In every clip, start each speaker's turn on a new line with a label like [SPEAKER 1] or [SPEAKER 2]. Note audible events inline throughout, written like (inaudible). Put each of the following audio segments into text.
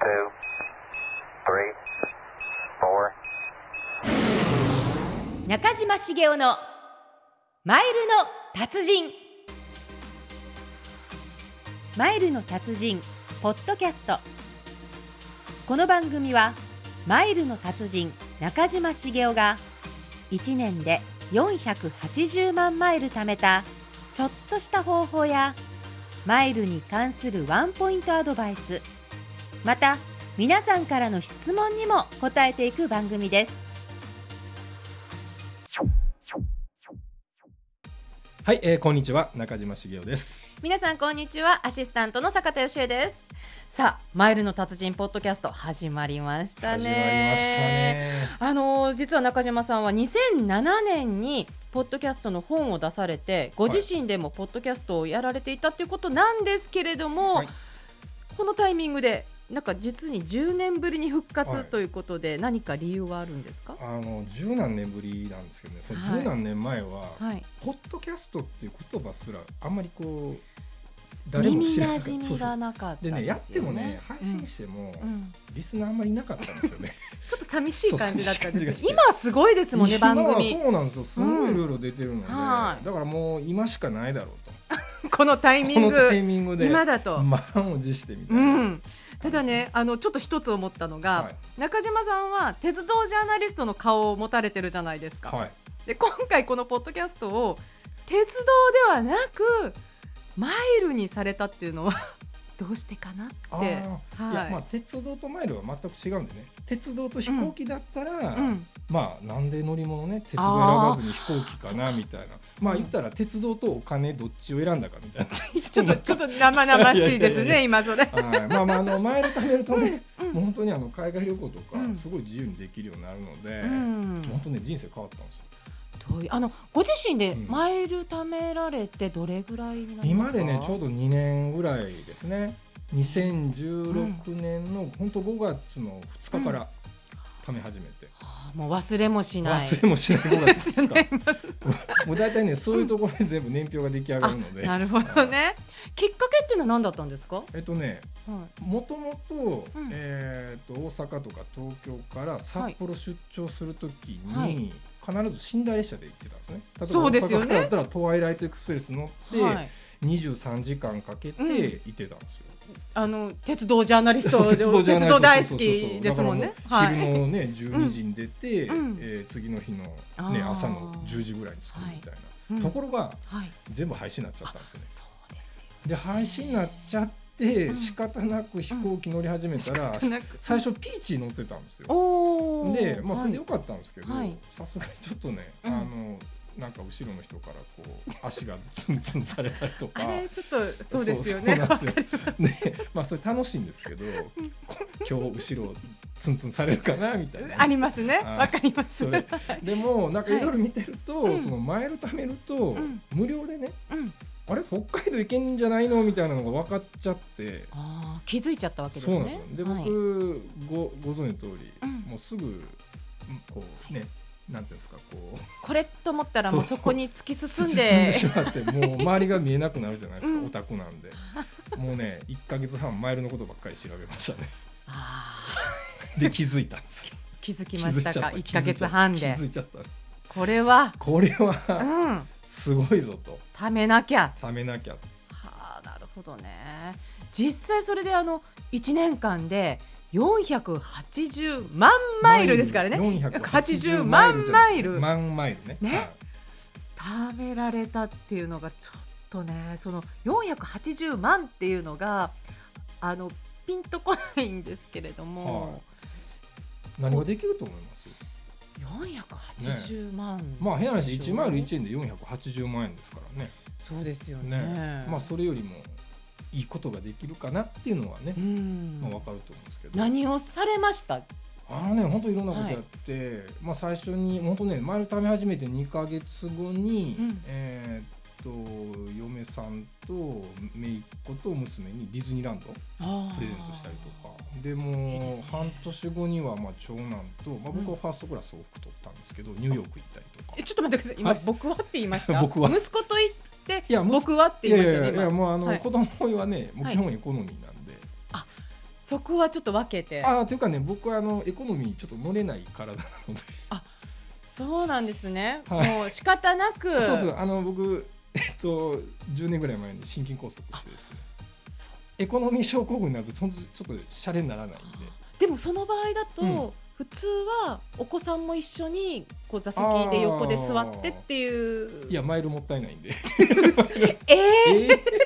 [SPEAKER 1] two, three, four.
[SPEAKER 2] 中島茂雄のマイルの達人マイルの達人ポッドキャストこの番組はマイルの達人中島茂雄が1年で480万マイル貯めたちょっとした方法やマイルに関するワンポイントアドバイスまた皆さんからの質問にも答えていく番組です
[SPEAKER 3] はい、えー、こんにちは中島茂雄です。
[SPEAKER 2] 皆さんこんにちはアシスタントの坂田芳恵ですさあマイルの達人ポッドキャスト始まりましたね
[SPEAKER 3] 始まりましたね。
[SPEAKER 2] あのー実は中島さんは2007年にポッドキャストの本を出されてご自身でもポッドキャストをやられていたということなんですけれども、
[SPEAKER 3] はい
[SPEAKER 2] このタイミングでなんか実に10年ぶりに復
[SPEAKER 3] は
[SPEAKER 2] 活
[SPEAKER 3] い
[SPEAKER 2] ということで、何か理由はあるんですか
[SPEAKER 3] あの十何年ぶりなんですけどね、その
[SPEAKER 2] はい
[SPEAKER 3] 十何年前は、
[SPEAKER 2] はい
[SPEAKER 3] ポッドキャストっていう言葉すらあんまりこう
[SPEAKER 2] 耳
[SPEAKER 3] か
[SPEAKER 2] な
[SPEAKER 3] った
[SPEAKER 2] じみがなかった
[SPEAKER 3] でねやってもね
[SPEAKER 2] で
[SPEAKER 3] 配
[SPEAKER 2] すよ
[SPEAKER 3] 信しても、
[SPEAKER 2] うんうん
[SPEAKER 3] リスナーあんまりいなかったんです
[SPEAKER 2] (laughs)
[SPEAKER 3] よね。
[SPEAKER 2] ちょっと寂しい感じだったんです
[SPEAKER 3] そう寂しい感じが
[SPEAKER 2] ね
[SPEAKER 3] して
[SPEAKER 2] 今はすごいですもんね
[SPEAKER 3] (laughs) 今は
[SPEAKER 2] 番組
[SPEAKER 3] そうなんですよ。すごいいろいろ出てるので、
[SPEAKER 2] はい
[SPEAKER 3] だからもう今しかないだろうと。
[SPEAKER 2] このタイミ
[SPEAKER 3] こ
[SPEAKER 2] ン
[SPEAKER 3] のタイ
[SPEAKER 2] グ
[SPEAKER 3] ミングで
[SPEAKER 2] 今だと、
[SPEAKER 3] 満を持してみたいうな。
[SPEAKER 2] ん、ただねあのちょっと一つ思ったのが、
[SPEAKER 3] は
[SPEAKER 2] 中島さんは鉄道ジャーナリストの顔を持たれてるじゃないですか、
[SPEAKER 3] はい。
[SPEAKER 2] で今回このポッドキャストを鉄道ではなくマイルにされたっていうのは (laughs) どうしてかなって
[SPEAKER 3] あーい
[SPEAKER 2] は
[SPEAKER 3] や
[SPEAKER 2] い
[SPEAKER 3] まあ、鉄道とマイルは全く違うんでね鉄道と飛行機だったら、
[SPEAKER 2] うん、 (laughs)
[SPEAKER 3] まあなんで乗り物ね鉄道選ばずに飛行機かなみたいなまあ
[SPEAKER 2] うん
[SPEAKER 3] 言ったら鉄道とお金どっちを選んだかみたい
[SPEAKER 2] ちょっとちょっと生々しいです
[SPEAKER 3] いやいやいや
[SPEAKER 2] ね今それ。
[SPEAKER 3] な、はい、まあまああのマイル貯めるとね、
[SPEAKER 2] うん
[SPEAKER 3] もう本当にあの海外旅行と
[SPEAKER 2] うん
[SPEAKER 3] かすごい自由にできるようになるので、
[SPEAKER 2] うん
[SPEAKER 3] 本当ね人生変わったんですよ
[SPEAKER 2] どういうあのご自身で
[SPEAKER 3] うん
[SPEAKER 2] マイル貯められてどれぐらいになります
[SPEAKER 3] 今
[SPEAKER 2] か、
[SPEAKER 3] でねちょうど2年ぐらいですね2016年の本当5月の2日から貯め始めて、
[SPEAKER 2] あもう忘れもしない
[SPEAKER 3] 忘れもしない5月
[SPEAKER 2] です
[SPEAKER 3] 2日、
[SPEAKER 2] ね (laughs)
[SPEAKER 3] もう大体ねそういうところで全部年表が出来上がるので、
[SPEAKER 2] なるほどねきっかけっていうのは何だったんですか、はい、
[SPEAKER 3] えっとねもともと,、
[SPEAKER 2] うん
[SPEAKER 3] えー、と大阪とか東京から札幌出張するときに、
[SPEAKER 2] はい
[SPEAKER 3] 必ず寝台列車で行ってたんですね。例えば
[SPEAKER 2] そうですよね
[SPEAKER 3] 大阪からだったらトワイライトエクスプレス乗って、
[SPEAKER 2] はい
[SPEAKER 3] 23時間かけて
[SPEAKER 2] うん
[SPEAKER 3] 行ってたんですよ。
[SPEAKER 2] あの鉄道ジャーナリスト
[SPEAKER 3] そう
[SPEAKER 2] 鉄道
[SPEAKER 3] じゃない
[SPEAKER 2] 大好
[SPEAKER 3] そうそうそ
[SPEAKER 2] き
[SPEAKER 3] う
[SPEAKER 2] ですもんね
[SPEAKER 3] だからもう
[SPEAKER 2] はい
[SPEAKER 3] 昼のね12時に出て、
[SPEAKER 2] うん
[SPEAKER 3] えー次の日の、ね、
[SPEAKER 2] あー
[SPEAKER 3] 朝の10時ぐらいに着くみたいな、
[SPEAKER 2] うん
[SPEAKER 3] ところが
[SPEAKER 2] はい
[SPEAKER 3] 全部廃止になっちゃったんですよね。
[SPEAKER 2] そうですよ
[SPEAKER 3] で廃止になっちゃって、
[SPEAKER 2] うん
[SPEAKER 3] 仕方なく飛行機乗り始めたら、
[SPEAKER 2] なんか
[SPEAKER 3] 最初ピーチに乗ってたんですよ。
[SPEAKER 2] おー
[SPEAKER 3] で、まあ、それで
[SPEAKER 2] は
[SPEAKER 3] よかったんですけど
[SPEAKER 2] はい
[SPEAKER 3] さすがにちょっとね、
[SPEAKER 2] うん
[SPEAKER 3] あのなんか後ろの人からこう足がツンツンされたりとか
[SPEAKER 2] い、あれちょっとそうですよね
[SPEAKER 3] そうそうなんですよねまあそれ楽しいんですけどこ今日後ろツンツンされるかなみたい
[SPEAKER 2] (laughs)
[SPEAKER 3] な
[SPEAKER 2] ありますね
[SPEAKER 3] はい
[SPEAKER 2] わかります
[SPEAKER 3] それでもなんかいろいろ見てると、
[SPEAKER 2] はいうん
[SPEAKER 3] そのマイル貯めると、
[SPEAKER 2] ん
[SPEAKER 3] 無料でね
[SPEAKER 2] うん
[SPEAKER 3] あれ北海道行けんじゃないのみたいなのが分かっちゃって。
[SPEAKER 2] あー気づいちゃったわけです
[SPEAKER 3] そ
[SPEAKER 2] ね
[SPEAKER 3] うなんですよで
[SPEAKER 2] はい
[SPEAKER 3] 僕、ごご存知の通り、
[SPEAKER 2] うん
[SPEAKER 3] もうすぐんこうね、なんていうんですかこう
[SPEAKER 2] これと思ったらもう
[SPEAKER 3] そう
[SPEAKER 2] そこに突き進ん
[SPEAKER 3] 進ん
[SPEAKER 2] で
[SPEAKER 3] でしまってもう周りが見えなくなるじゃないですか、
[SPEAKER 2] うん
[SPEAKER 3] オタクなんでもうね1か月半マイルのことばっかり調べましたね
[SPEAKER 2] あー
[SPEAKER 3] で気づいたん
[SPEAKER 2] (laughs)
[SPEAKER 3] ですよ
[SPEAKER 2] 気づきましたか
[SPEAKER 3] 気づい
[SPEAKER 2] 1
[SPEAKER 3] ちゃ
[SPEAKER 2] か
[SPEAKER 3] った
[SPEAKER 2] 月半
[SPEAKER 3] 気
[SPEAKER 2] で
[SPEAKER 3] づいちゃ気づいちゃったんです
[SPEAKER 2] これは
[SPEAKER 3] これ
[SPEAKER 2] う
[SPEAKER 3] は
[SPEAKER 2] ん
[SPEAKER 3] すごいぞと
[SPEAKER 2] 貯めなきゃ
[SPEAKER 3] 貯めなきゃ
[SPEAKER 2] はあなるほどね実際それであの1年間で480万マイルですからね
[SPEAKER 3] 480
[SPEAKER 2] 480
[SPEAKER 3] マイ
[SPEAKER 2] 万
[SPEAKER 3] ル
[SPEAKER 2] マイル
[SPEAKER 3] 万マイルね
[SPEAKER 2] ね
[SPEAKER 3] はい
[SPEAKER 2] 貯められたっていうのがちょっとねその480万っていうのがあのピンとこないんですけれども、
[SPEAKER 3] 何ができると思います
[SPEAKER 2] 480万、
[SPEAKER 3] まあ変な話1マイル1円で480万円ですからね
[SPEAKER 2] そうですよね
[SPEAKER 3] ね、まあそれよりもいいことができるかなっていうのはね
[SPEAKER 2] う、ん、
[SPEAKER 3] まあ、分かると思うんですけど
[SPEAKER 2] 何をされました
[SPEAKER 3] あのね本当いろんなことやって、まあ、最初に本当ねマイル貯め始めて2か月後に、
[SPEAKER 2] うん
[SPEAKER 3] えーっと嫁さんと姪っ子と娘にディズニーランドプ
[SPEAKER 2] プ
[SPEAKER 3] レゼントしたりとかでもう半年後にはまあ長男と、まあ、僕はファーストクラス往復取ったんですけど、ニューヨーク行ったりとか
[SPEAKER 2] え。ちょっと待ってください今、
[SPEAKER 3] はい
[SPEAKER 2] 僕はって言いました
[SPEAKER 3] (laughs) 僕は
[SPEAKER 2] 息子と言って
[SPEAKER 3] いや息子
[SPEAKER 2] 僕はって言いましたよね
[SPEAKER 3] いやいやいや
[SPEAKER 2] 今
[SPEAKER 3] もうあの、
[SPEAKER 2] はい
[SPEAKER 3] 子供はねもう
[SPEAKER 2] はい
[SPEAKER 3] 基本エコノミーなんで、
[SPEAKER 2] そこはちょっと分けて
[SPEAKER 3] ああというかね僕はあのエコノミーちょっと乗れない体なので、
[SPEAKER 2] そうなんですね、
[SPEAKER 3] はい
[SPEAKER 2] もう仕方なく
[SPEAKER 3] そうそうあの僕えっと10年ぐらい前に心筋梗塞してですね
[SPEAKER 2] そう
[SPEAKER 3] エコノミー症候群になるとちょっとちょっとシャレにならないんで
[SPEAKER 2] でもその場合だと、
[SPEAKER 3] うん
[SPEAKER 2] 普通はお子さんも一緒にこう座席で横で座ってっていう
[SPEAKER 3] いやマイルもったいない
[SPEAKER 2] (laughs)
[SPEAKER 3] んで
[SPEAKER 2] え
[SPEAKER 3] え
[SPEAKER 2] ー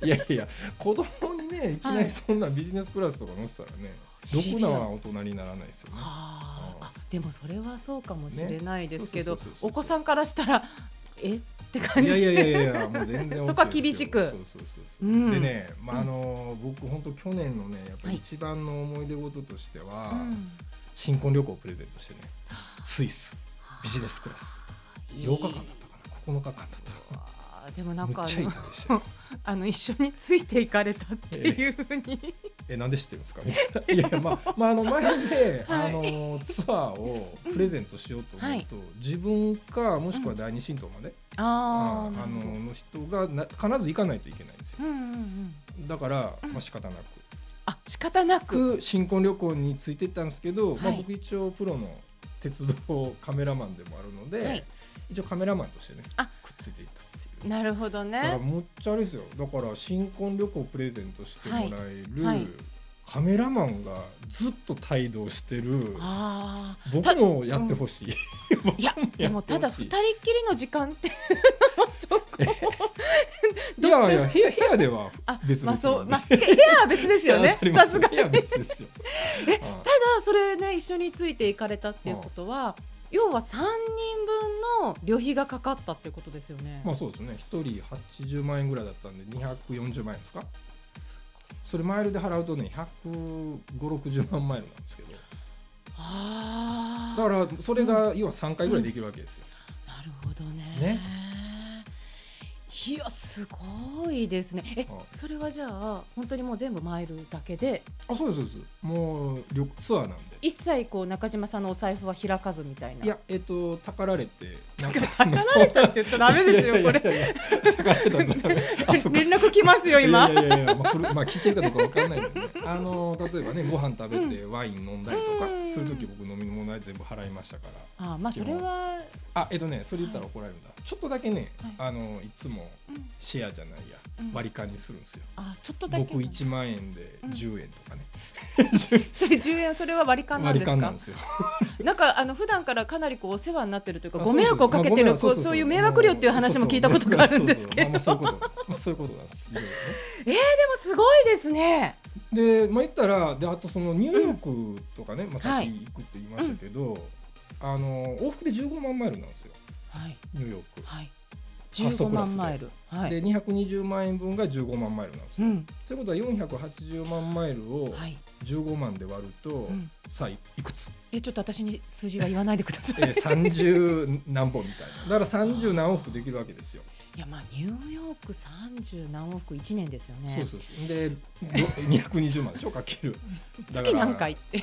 [SPEAKER 3] ーいやいや子供にねいきな
[SPEAKER 2] は
[SPEAKER 3] り
[SPEAKER 2] い
[SPEAKER 3] そんなビジネスクラスとか乗せたらね、
[SPEAKER 2] シビア
[SPEAKER 3] ろくな大人にならないですよね
[SPEAKER 2] はあ
[SPEAKER 3] あ
[SPEAKER 2] あでもそれはそうかもしれないですけ
[SPEAKER 3] ね
[SPEAKER 2] ど
[SPEAKER 3] そうそうそうそうそう
[SPEAKER 2] お子さんからしたらえって感
[SPEAKER 3] い
[SPEAKER 2] じ
[SPEAKER 3] やいやいやいや
[SPEAKER 2] (laughs)
[SPEAKER 3] いやもう全然 OK ですよ
[SPEAKER 2] そこは厳しく
[SPEAKER 3] そうそうそうそう
[SPEAKER 2] うん
[SPEAKER 3] でね、まああの僕本当去年のねやっぱ
[SPEAKER 2] は
[SPEAKER 3] り
[SPEAKER 2] い
[SPEAKER 3] 一番の思い出事としては、
[SPEAKER 2] うん
[SPEAKER 3] 新婚旅行をプレゼントしてねスイスビジネスクラス
[SPEAKER 2] いい
[SPEAKER 3] 8日間だったかな9日間だったか
[SPEAKER 2] わあでもな
[SPEAKER 3] なんむ
[SPEAKER 2] か
[SPEAKER 3] っ
[SPEAKER 2] あ
[SPEAKER 3] ちゃいい
[SPEAKER 2] の
[SPEAKER 3] 旅でしたよ
[SPEAKER 2] (laughs) あの一緒についていかれたっていうふうに、
[SPEAKER 3] えなんで知ってるんですかみたいないやい
[SPEAKER 2] (laughs)
[SPEAKER 3] やまあ、まあ、あの前で、
[SPEAKER 2] はい
[SPEAKER 3] あのツアーをプレゼントしようと思うと、自分かもしくは第二神道まで、
[SPEAKER 2] あー
[SPEAKER 3] (laughs) あ
[SPEAKER 2] なるほど
[SPEAKER 3] のの人がな必ず行かないといけないんですよ
[SPEAKER 2] うんうんうん
[SPEAKER 3] だから、
[SPEAKER 2] うん
[SPEAKER 3] まあ仕方なく
[SPEAKER 2] あ仕方なく
[SPEAKER 3] 僕新婚旅行についてったんですけど、まあ、
[SPEAKER 2] はい
[SPEAKER 3] 僕一応プロの鉄道カメラマンでもあるので、
[SPEAKER 2] はい
[SPEAKER 3] 一応カメラマンとしてねくっ
[SPEAKER 2] あ
[SPEAKER 3] ついていったっていう。
[SPEAKER 2] なるほど
[SPEAKER 3] だか
[SPEAKER 2] ね
[SPEAKER 3] らむっちゃあれですよだから新婚旅行プレゼントしてもらえる、
[SPEAKER 2] はいはい
[SPEAKER 3] カメラマンがずっと帯同してる
[SPEAKER 2] ああ
[SPEAKER 3] 僕もやってほしい、
[SPEAKER 2] い
[SPEAKER 3] (laughs)
[SPEAKER 2] やでもただ二人っきりの時間ってそこ
[SPEAKER 3] い
[SPEAKER 2] どっ
[SPEAKER 3] や
[SPEAKER 2] ち
[SPEAKER 3] いや部屋部屋では
[SPEAKER 2] あ
[SPEAKER 3] 別
[SPEAKER 2] まあ
[SPEAKER 3] 々
[SPEAKER 2] そうまあ
[SPEAKER 3] で
[SPEAKER 2] 部屋は別です
[SPEAKER 3] (laughs)
[SPEAKER 2] よね
[SPEAKER 3] 当たり前
[SPEAKER 2] さすが
[SPEAKER 3] 部
[SPEAKER 2] に
[SPEAKER 3] 屋は別ですよ
[SPEAKER 2] (laughs) えた
[SPEAKER 3] あ
[SPEAKER 2] だそれね一緒についていかれたっていうことは、要は3人分の旅費がかかったっていうことですよね、
[SPEAKER 3] まあそうですね一人80万円ぐらいだったんで240万円ですかそれマイルで払うとね15060万マイルなんですけど
[SPEAKER 2] あー
[SPEAKER 3] だからそれが要は3回ぐらいできるわけですよ、
[SPEAKER 2] なるほどね
[SPEAKER 3] ね
[SPEAKER 2] いやすごいですねえ
[SPEAKER 3] はい
[SPEAKER 2] それはじゃあ本当にもう全部マイルだけで
[SPEAKER 3] あそうですそうですもう旅ツアーなんで
[SPEAKER 2] 一切こう中島さんのお財布は開かずみたいない
[SPEAKER 3] やえっ、とたかられてなんか
[SPEAKER 2] 開かれたって言ったらダメですよこれ
[SPEAKER 3] れたかられたんだねあそっか
[SPEAKER 2] 連絡来ますよ今
[SPEAKER 3] いやいやいや、まあ、これまあ聞いてるかどうかわかんないけどねあの例えばねご飯食べてワイン飲んだりとか
[SPEAKER 2] うん
[SPEAKER 3] する時僕飲み物代全部払いましたから
[SPEAKER 2] あーまあそれは
[SPEAKER 3] あえっとねそれ言ったら怒られるんだ、ちょっとだけね、
[SPEAKER 2] はい
[SPEAKER 3] あのいつも
[SPEAKER 2] うん
[SPEAKER 3] シェアじゃないや、
[SPEAKER 2] うん
[SPEAKER 3] 割り勘にするんですよ、
[SPEAKER 2] あちょっとだけ
[SPEAKER 3] 僕1万円で
[SPEAKER 2] うん
[SPEAKER 3] 10円とかね、
[SPEAKER 2] それ10円それは割り勘なん
[SPEAKER 3] 割
[SPEAKER 2] です
[SPEAKER 3] り勘な
[SPEAKER 2] か
[SPEAKER 3] んですよ
[SPEAKER 2] なんかあの普段からかなりこうお世話になってるというか
[SPEAKER 3] あ
[SPEAKER 2] ご迷惑をかけてる
[SPEAKER 3] そ
[SPEAKER 2] こう
[SPEAKER 3] うそうまあ
[SPEAKER 2] そういう迷惑料っていう話も聞いたことがあるんですけどでも
[SPEAKER 3] そうそうそうまあそういうことなん
[SPEAKER 2] (laughs)
[SPEAKER 3] ですまあそういうことなんですいろいろね
[SPEAKER 2] すごいですね
[SPEAKER 3] で、まあ、言ったらであとそのニューヨークとかね、まあ、さっき行くって言いましたけど、あの往復で15万マイルなんですよ
[SPEAKER 2] はい
[SPEAKER 3] ニューヨーク、
[SPEAKER 2] はい
[SPEAKER 3] ァスト
[SPEAKER 2] 15
[SPEAKER 3] クラ
[SPEAKER 2] 万
[SPEAKER 3] スで
[SPEAKER 2] マイルはい
[SPEAKER 3] で220万円分が15万マイルなんです
[SPEAKER 2] う
[SPEAKER 3] よ、
[SPEAKER 2] ん
[SPEAKER 3] ということは480万マイルを
[SPEAKER 2] はい
[SPEAKER 3] 15万で割ると、
[SPEAKER 2] うん
[SPEAKER 3] さあいくつ、
[SPEAKER 2] えちょっと私に数字は言わないでくださ
[SPEAKER 3] えー、
[SPEAKER 2] い
[SPEAKER 3] 30何本みたい
[SPEAKER 2] (laughs)
[SPEAKER 3] なだから30何往復できるわけですよ、
[SPEAKER 2] いやまあニューヨーク30何往復1年ですよ
[SPEAKER 3] そう
[SPEAKER 2] ね
[SPEAKER 3] そうそうでど220万でしょかけ
[SPEAKER 2] (laughs)
[SPEAKER 3] る、だから
[SPEAKER 2] 月何回って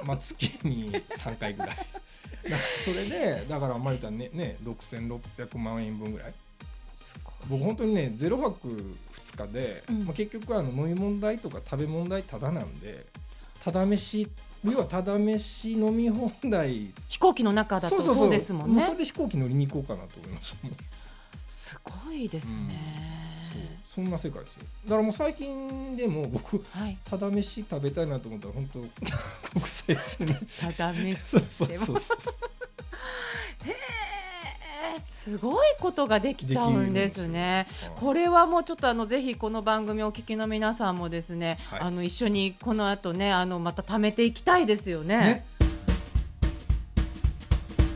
[SPEAKER 3] うんまあ、月に3回ぐらいだ (laughs) からそれでだからまりたねね6600万円分ぐらい
[SPEAKER 2] すごい
[SPEAKER 3] 僕本当にね0泊2日で、
[SPEAKER 2] うん
[SPEAKER 3] まあ、結局あの飲み問題とか食べ問題ただなんでただ飯要はただ飯飲み放題
[SPEAKER 2] 飛行機の中だとそうですもん
[SPEAKER 3] うそれ
[SPEAKER 2] ね
[SPEAKER 3] で飛行機乗りに行こうかなと思いましたもん
[SPEAKER 2] すごいですね
[SPEAKER 3] そんな世界ですよだからもう最近でも僕
[SPEAKER 2] はい
[SPEAKER 3] ただ飯食べたいなと思ったら本当国際線に
[SPEAKER 2] ただ飯
[SPEAKER 3] そう
[SPEAKER 2] っ
[SPEAKER 3] そう
[SPEAKER 2] て
[SPEAKER 3] そうそう
[SPEAKER 2] えーすごいことができちゃうんですね。これはもうちょっとあのぜひこの番組をお聞きの皆さんもですね、
[SPEAKER 3] はい
[SPEAKER 2] あの一緒にこの後ねあのまた貯めていきたいですよね。
[SPEAKER 3] ね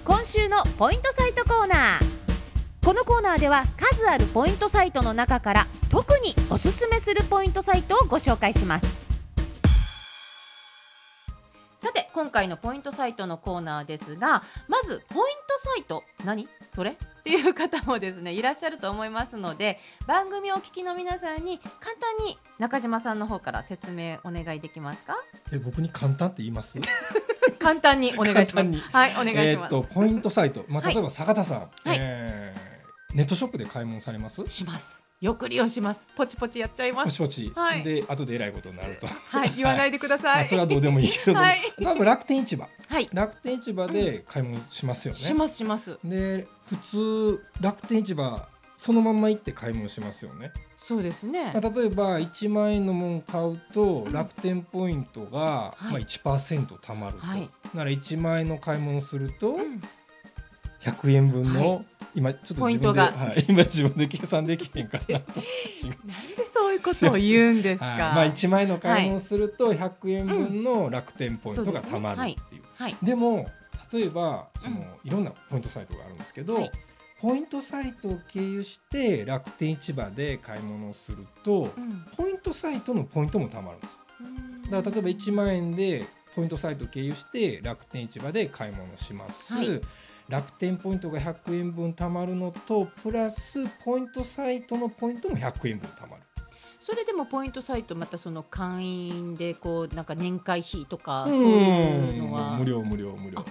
[SPEAKER 4] 今週のポイントサイトコーナーこのコーナーでは数あるポイントサイトの中から特におすすめするポイントサイトをご紹介します
[SPEAKER 2] さて今回のポイントサイトのコーナーですがまずポイントサイト何それっていう方もですねいらっしゃると思いますので番組をお聞きの皆さんに簡単に中島さんの方から説明お願いできますか
[SPEAKER 3] え僕に簡単って言います
[SPEAKER 2] 簡単にお願いしま
[SPEAKER 3] (laughs)
[SPEAKER 2] す
[SPEAKER 3] 簡単に
[SPEAKER 2] はいお願いし
[SPEAKER 3] えーっ
[SPEAKER 2] ます、
[SPEAKER 3] とポイントサイト、まあ、
[SPEAKER 2] はい
[SPEAKER 3] 例えば坂田さん、
[SPEAKER 2] はい
[SPEAKER 3] えーネットショップで買い物されます
[SPEAKER 2] します欲りをしますポチポチやっちゃいま
[SPEAKER 3] ポ
[SPEAKER 2] す
[SPEAKER 3] チポチ、
[SPEAKER 2] はい
[SPEAKER 3] で後でえらいことになると、
[SPEAKER 2] はい言わないでくだ
[SPEAKER 3] ま
[SPEAKER 2] さ
[SPEAKER 3] あ、
[SPEAKER 2] い
[SPEAKER 3] それはどうでもいいけど、
[SPEAKER 2] はい
[SPEAKER 3] 多分楽天市場
[SPEAKER 2] はい
[SPEAKER 3] 楽天市場で買い物しますよね、
[SPEAKER 2] しますします
[SPEAKER 3] で普通楽天市場そのまんま行って買い物しますよね、
[SPEAKER 2] そうですね
[SPEAKER 3] まあ、例えば1万円のもん買うと楽天ポイントが
[SPEAKER 2] はい
[SPEAKER 3] まあ1%貯まると、
[SPEAKER 2] はい
[SPEAKER 3] なら1万円の買い物すると
[SPEAKER 2] うん
[SPEAKER 3] 100円分の、
[SPEAKER 2] は
[SPEAKER 3] 今ちょっと
[SPEAKER 2] ポイ
[SPEAKER 3] 自
[SPEAKER 2] ン
[SPEAKER 3] 分
[SPEAKER 2] ト
[SPEAKER 3] で、
[SPEAKER 2] が
[SPEAKER 3] はい、 (laughs) 今自分で計算できへ
[SPEAKER 2] (laughs)
[SPEAKER 3] んかなと違う
[SPEAKER 2] なんでそういうことを言うん
[SPEAKER 3] (laughs)
[SPEAKER 2] ですか。
[SPEAKER 3] はいまあ、1万円の買い物すると100円分の楽天ポイントが貯まるっていう,、
[SPEAKER 2] はい。
[SPEAKER 3] でも例えばその、
[SPEAKER 2] うん
[SPEAKER 3] いろんなポイントサイトがあるんですけど、
[SPEAKER 2] はい
[SPEAKER 3] ポイントサイトを経由して楽天市場で買い物をすると、
[SPEAKER 2] うん
[SPEAKER 3] ポイントサイトのポイントも貯まるんですだから例えば1万円でポイントサイトを経由して楽天市場で買い物します、
[SPEAKER 2] はい
[SPEAKER 3] 楽天ポイントが100円分貯まるのとプラスポイントサイトのポイントも100円分貯まる
[SPEAKER 2] それでもポイントサイトまたその会員でこうなんか年会費とかそう
[SPEAKER 3] うん
[SPEAKER 2] いうのは
[SPEAKER 3] 無料無料無料
[SPEAKER 2] あ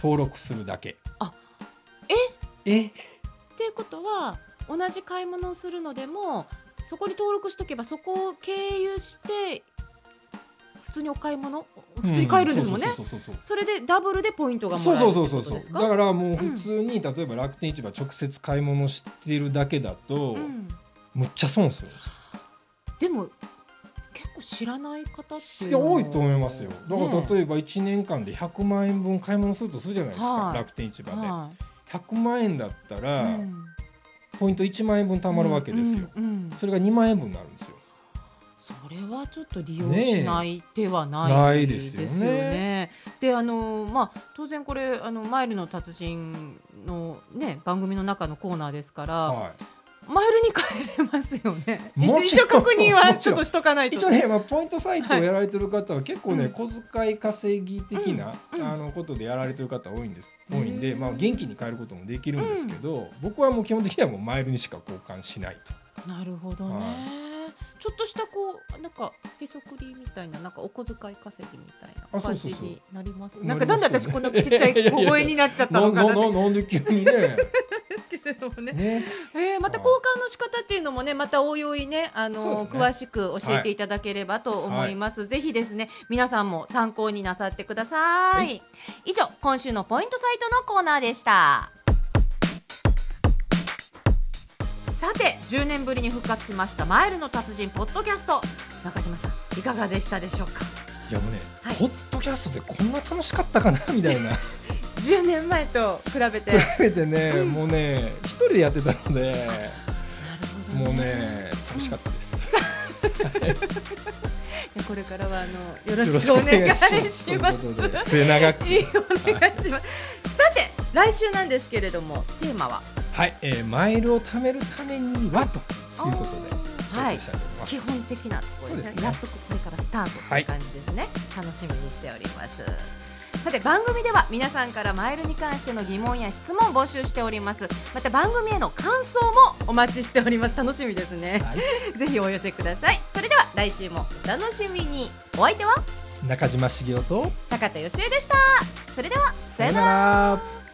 [SPEAKER 3] 登録するだけ
[SPEAKER 2] あ
[SPEAKER 3] ええ
[SPEAKER 2] っていうことは同じ買い物をするのでもそこに登録しとけばそこを経由して普通にお買い物普通に買えるんですもんね。
[SPEAKER 3] そうそうそうそう
[SPEAKER 2] それでダブルでポイントがも
[SPEAKER 3] そう
[SPEAKER 2] らえる
[SPEAKER 3] そ
[SPEAKER 2] っ
[SPEAKER 3] う
[SPEAKER 2] て
[SPEAKER 3] そう
[SPEAKER 2] こ
[SPEAKER 3] そう
[SPEAKER 2] と
[SPEAKER 3] そう
[SPEAKER 2] です
[SPEAKER 3] だ
[SPEAKER 2] か。
[SPEAKER 3] からもう普通に、例えば楽天市場直接買い物してるだけだと、
[SPEAKER 2] うん
[SPEAKER 3] むっちゃ損するんですよ
[SPEAKER 2] でも結構知らない方ってい
[SPEAKER 3] いう
[SPEAKER 2] の
[SPEAKER 3] や
[SPEAKER 2] は
[SPEAKER 3] 多いと思いますよだから
[SPEAKER 2] ね
[SPEAKER 3] 例えば1年間で100万円分買い物するとするじゃないですか、
[SPEAKER 2] はい
[SPEAKER 3] 楽天市場で、
[SPEAKER 2] は
[SPEAKER 3] 100万円だった
[SPEAKER 2] い
[SPEAKER 3] ら、
[SPEAKER 2] うん
[SPEAKER 3] ポイント1万円分貯まるわけですよ、
[SPEAKER 2] うんうん
[SPEAKER 3] それが2万円分になるんですよ
[SPEAKER 2] それはちょっと利用しない手はない,、
[SPEAKER 3] ねえない
[SPEAKER 2] で
[SPEAKER 3] ですす
[SPEAKER 2] よ
[SPEAKER 3] よね
[SPEAKER 2] ね。であのまあ当然これあのマイルの達人のね番組の中のコーナーですから、
[SPEAKER 3] はい
[SPEAKER 2] マイルに変えれますよね。
[SPEAKER 3] もちろん
[SPEAKER 2] 一応確認は
[SPEAKER 3] も
[SPEAKER 2] ち
[SPEAKER 3] ち
[SPEAKER 2] ょ
[SPEAKER 3] ろ
[SPEAKER 2] っ
[SPEAKER 3] ん
[SPEAKER 2] としとかないと。
[SPEAKER 3] 一応ね、まあ、ポイントサイトを
[SPEAKER 2] はい
[SPEAKER 3] やられてる方は結構ね、
[SPEAKER 2] うん
[SPEAKER 3] 小遣い稼ぎ的な、
[SPEAKER 2] うんうん
[SPEAKER 3] あのことでやられてる方多いんです
[SPEAKER 2] へー
[SPEAKER 3] 多いんで、まあ、元気に変えることもできるんですけど、僕はもう基本的にはもうマイルにしか交換しないと。
[SPEAKER 2] なるほどね。
[SPEAKER 3] は
[SPEAKER 2] ちょっとしたこうなんかへそくりみたいななんかお小遣い稼ぎみたいな
[SPEAKER 3] あそ
[SPEAKER 2] 感
[SPEAKER 3] うそ
[SPEAKER 2] じ
[SPEAKER 3] うそう
[SPEAKER 2] になります。
[SPEAKER 3] なりますよね
[SPEAKER 2] なんかなんで私こんなちっちゃい小声 (laughs) になっちゃった
[SPEAKER 3] な
[SPEAKER 2] の
[SPEAKER 3] な
[SPEAKER 2] かな
[SPEAKER 3] な
[SPEAKER 2] って
[SPEAKER 3] なんで急にね
[SPEAKER 2] (laughs) けれどもね。
[SPEAKER 3] ね
[SPEAKER 2] えー、また交換の仕方っていうのもねまたおいおいねあ
[SPEAKER 3] そうで
[SPEAKER 2] の
[SPEAKER 3] すね
[SPEAKER 2] 詳しく教えていただければと思います、ぜひですね皆さんも参考になさってください、
[SPEAKER 3] はい
[SPEAKER 2] 以上今週のポイントサイトのコーナーでしたさて10年ぶりに復活しましたマイルの達人ポッドキャスト中島さんいかがでしたでしょうか
[SPEAKER 3] いやもうね、
[SPEAKER 2] はい
[SPEAKER 3] ポッドキャストってこんな楽しかったかなみたいな
[SPEAKER 2] 10年前と比べてなる
[SPEAKER 3] 含めてね、もうね一人でやってたので
[SPEAKER 2] ほど
[SPEAKER 3] (laughs) もうね楽しかったです。
[SPEAKER 2] いやこれからはあのよろしくお願い (laughs) しま
[SPEAKER 3] ということ
[SPEAKER 2] す
[SPEAKER 3] で末永く
[SPEAKER 2] いいお願いします。さて来週なんですけれどもテーマは
[SPEAKER 3] はい、えー、マイルを貯めるためにはということで。
[SPEAKER 2] はい
[SPEAKER 3] お送りしたと思ます
[SPEAKER 2] 基本的なところですね
[SPEAKER 3] そうですね
[SPEAKER 2] やっとこれからスタートと
[SPEAKER 3] は
[SPEAKER 2] いう
[SPEAKER 3] い
[SPEAKER 2] 感じですね、楽しみにしておりますさて番組では皆さんからマイルに関しての疑問や質問募集しておりますまた番組への感想もお待ちしております楽しみですね、
[SPEAKER 3] は
[SPEAKER 2] (laughs) ぜひお寄せくださいそれでは来週もお楽しみにお相手は
[SPEAKER 3] 中島茂雄と
[SPEAKER 2] 坂田芳恵でしたそれではさようなら
[SPEAKER 3] ら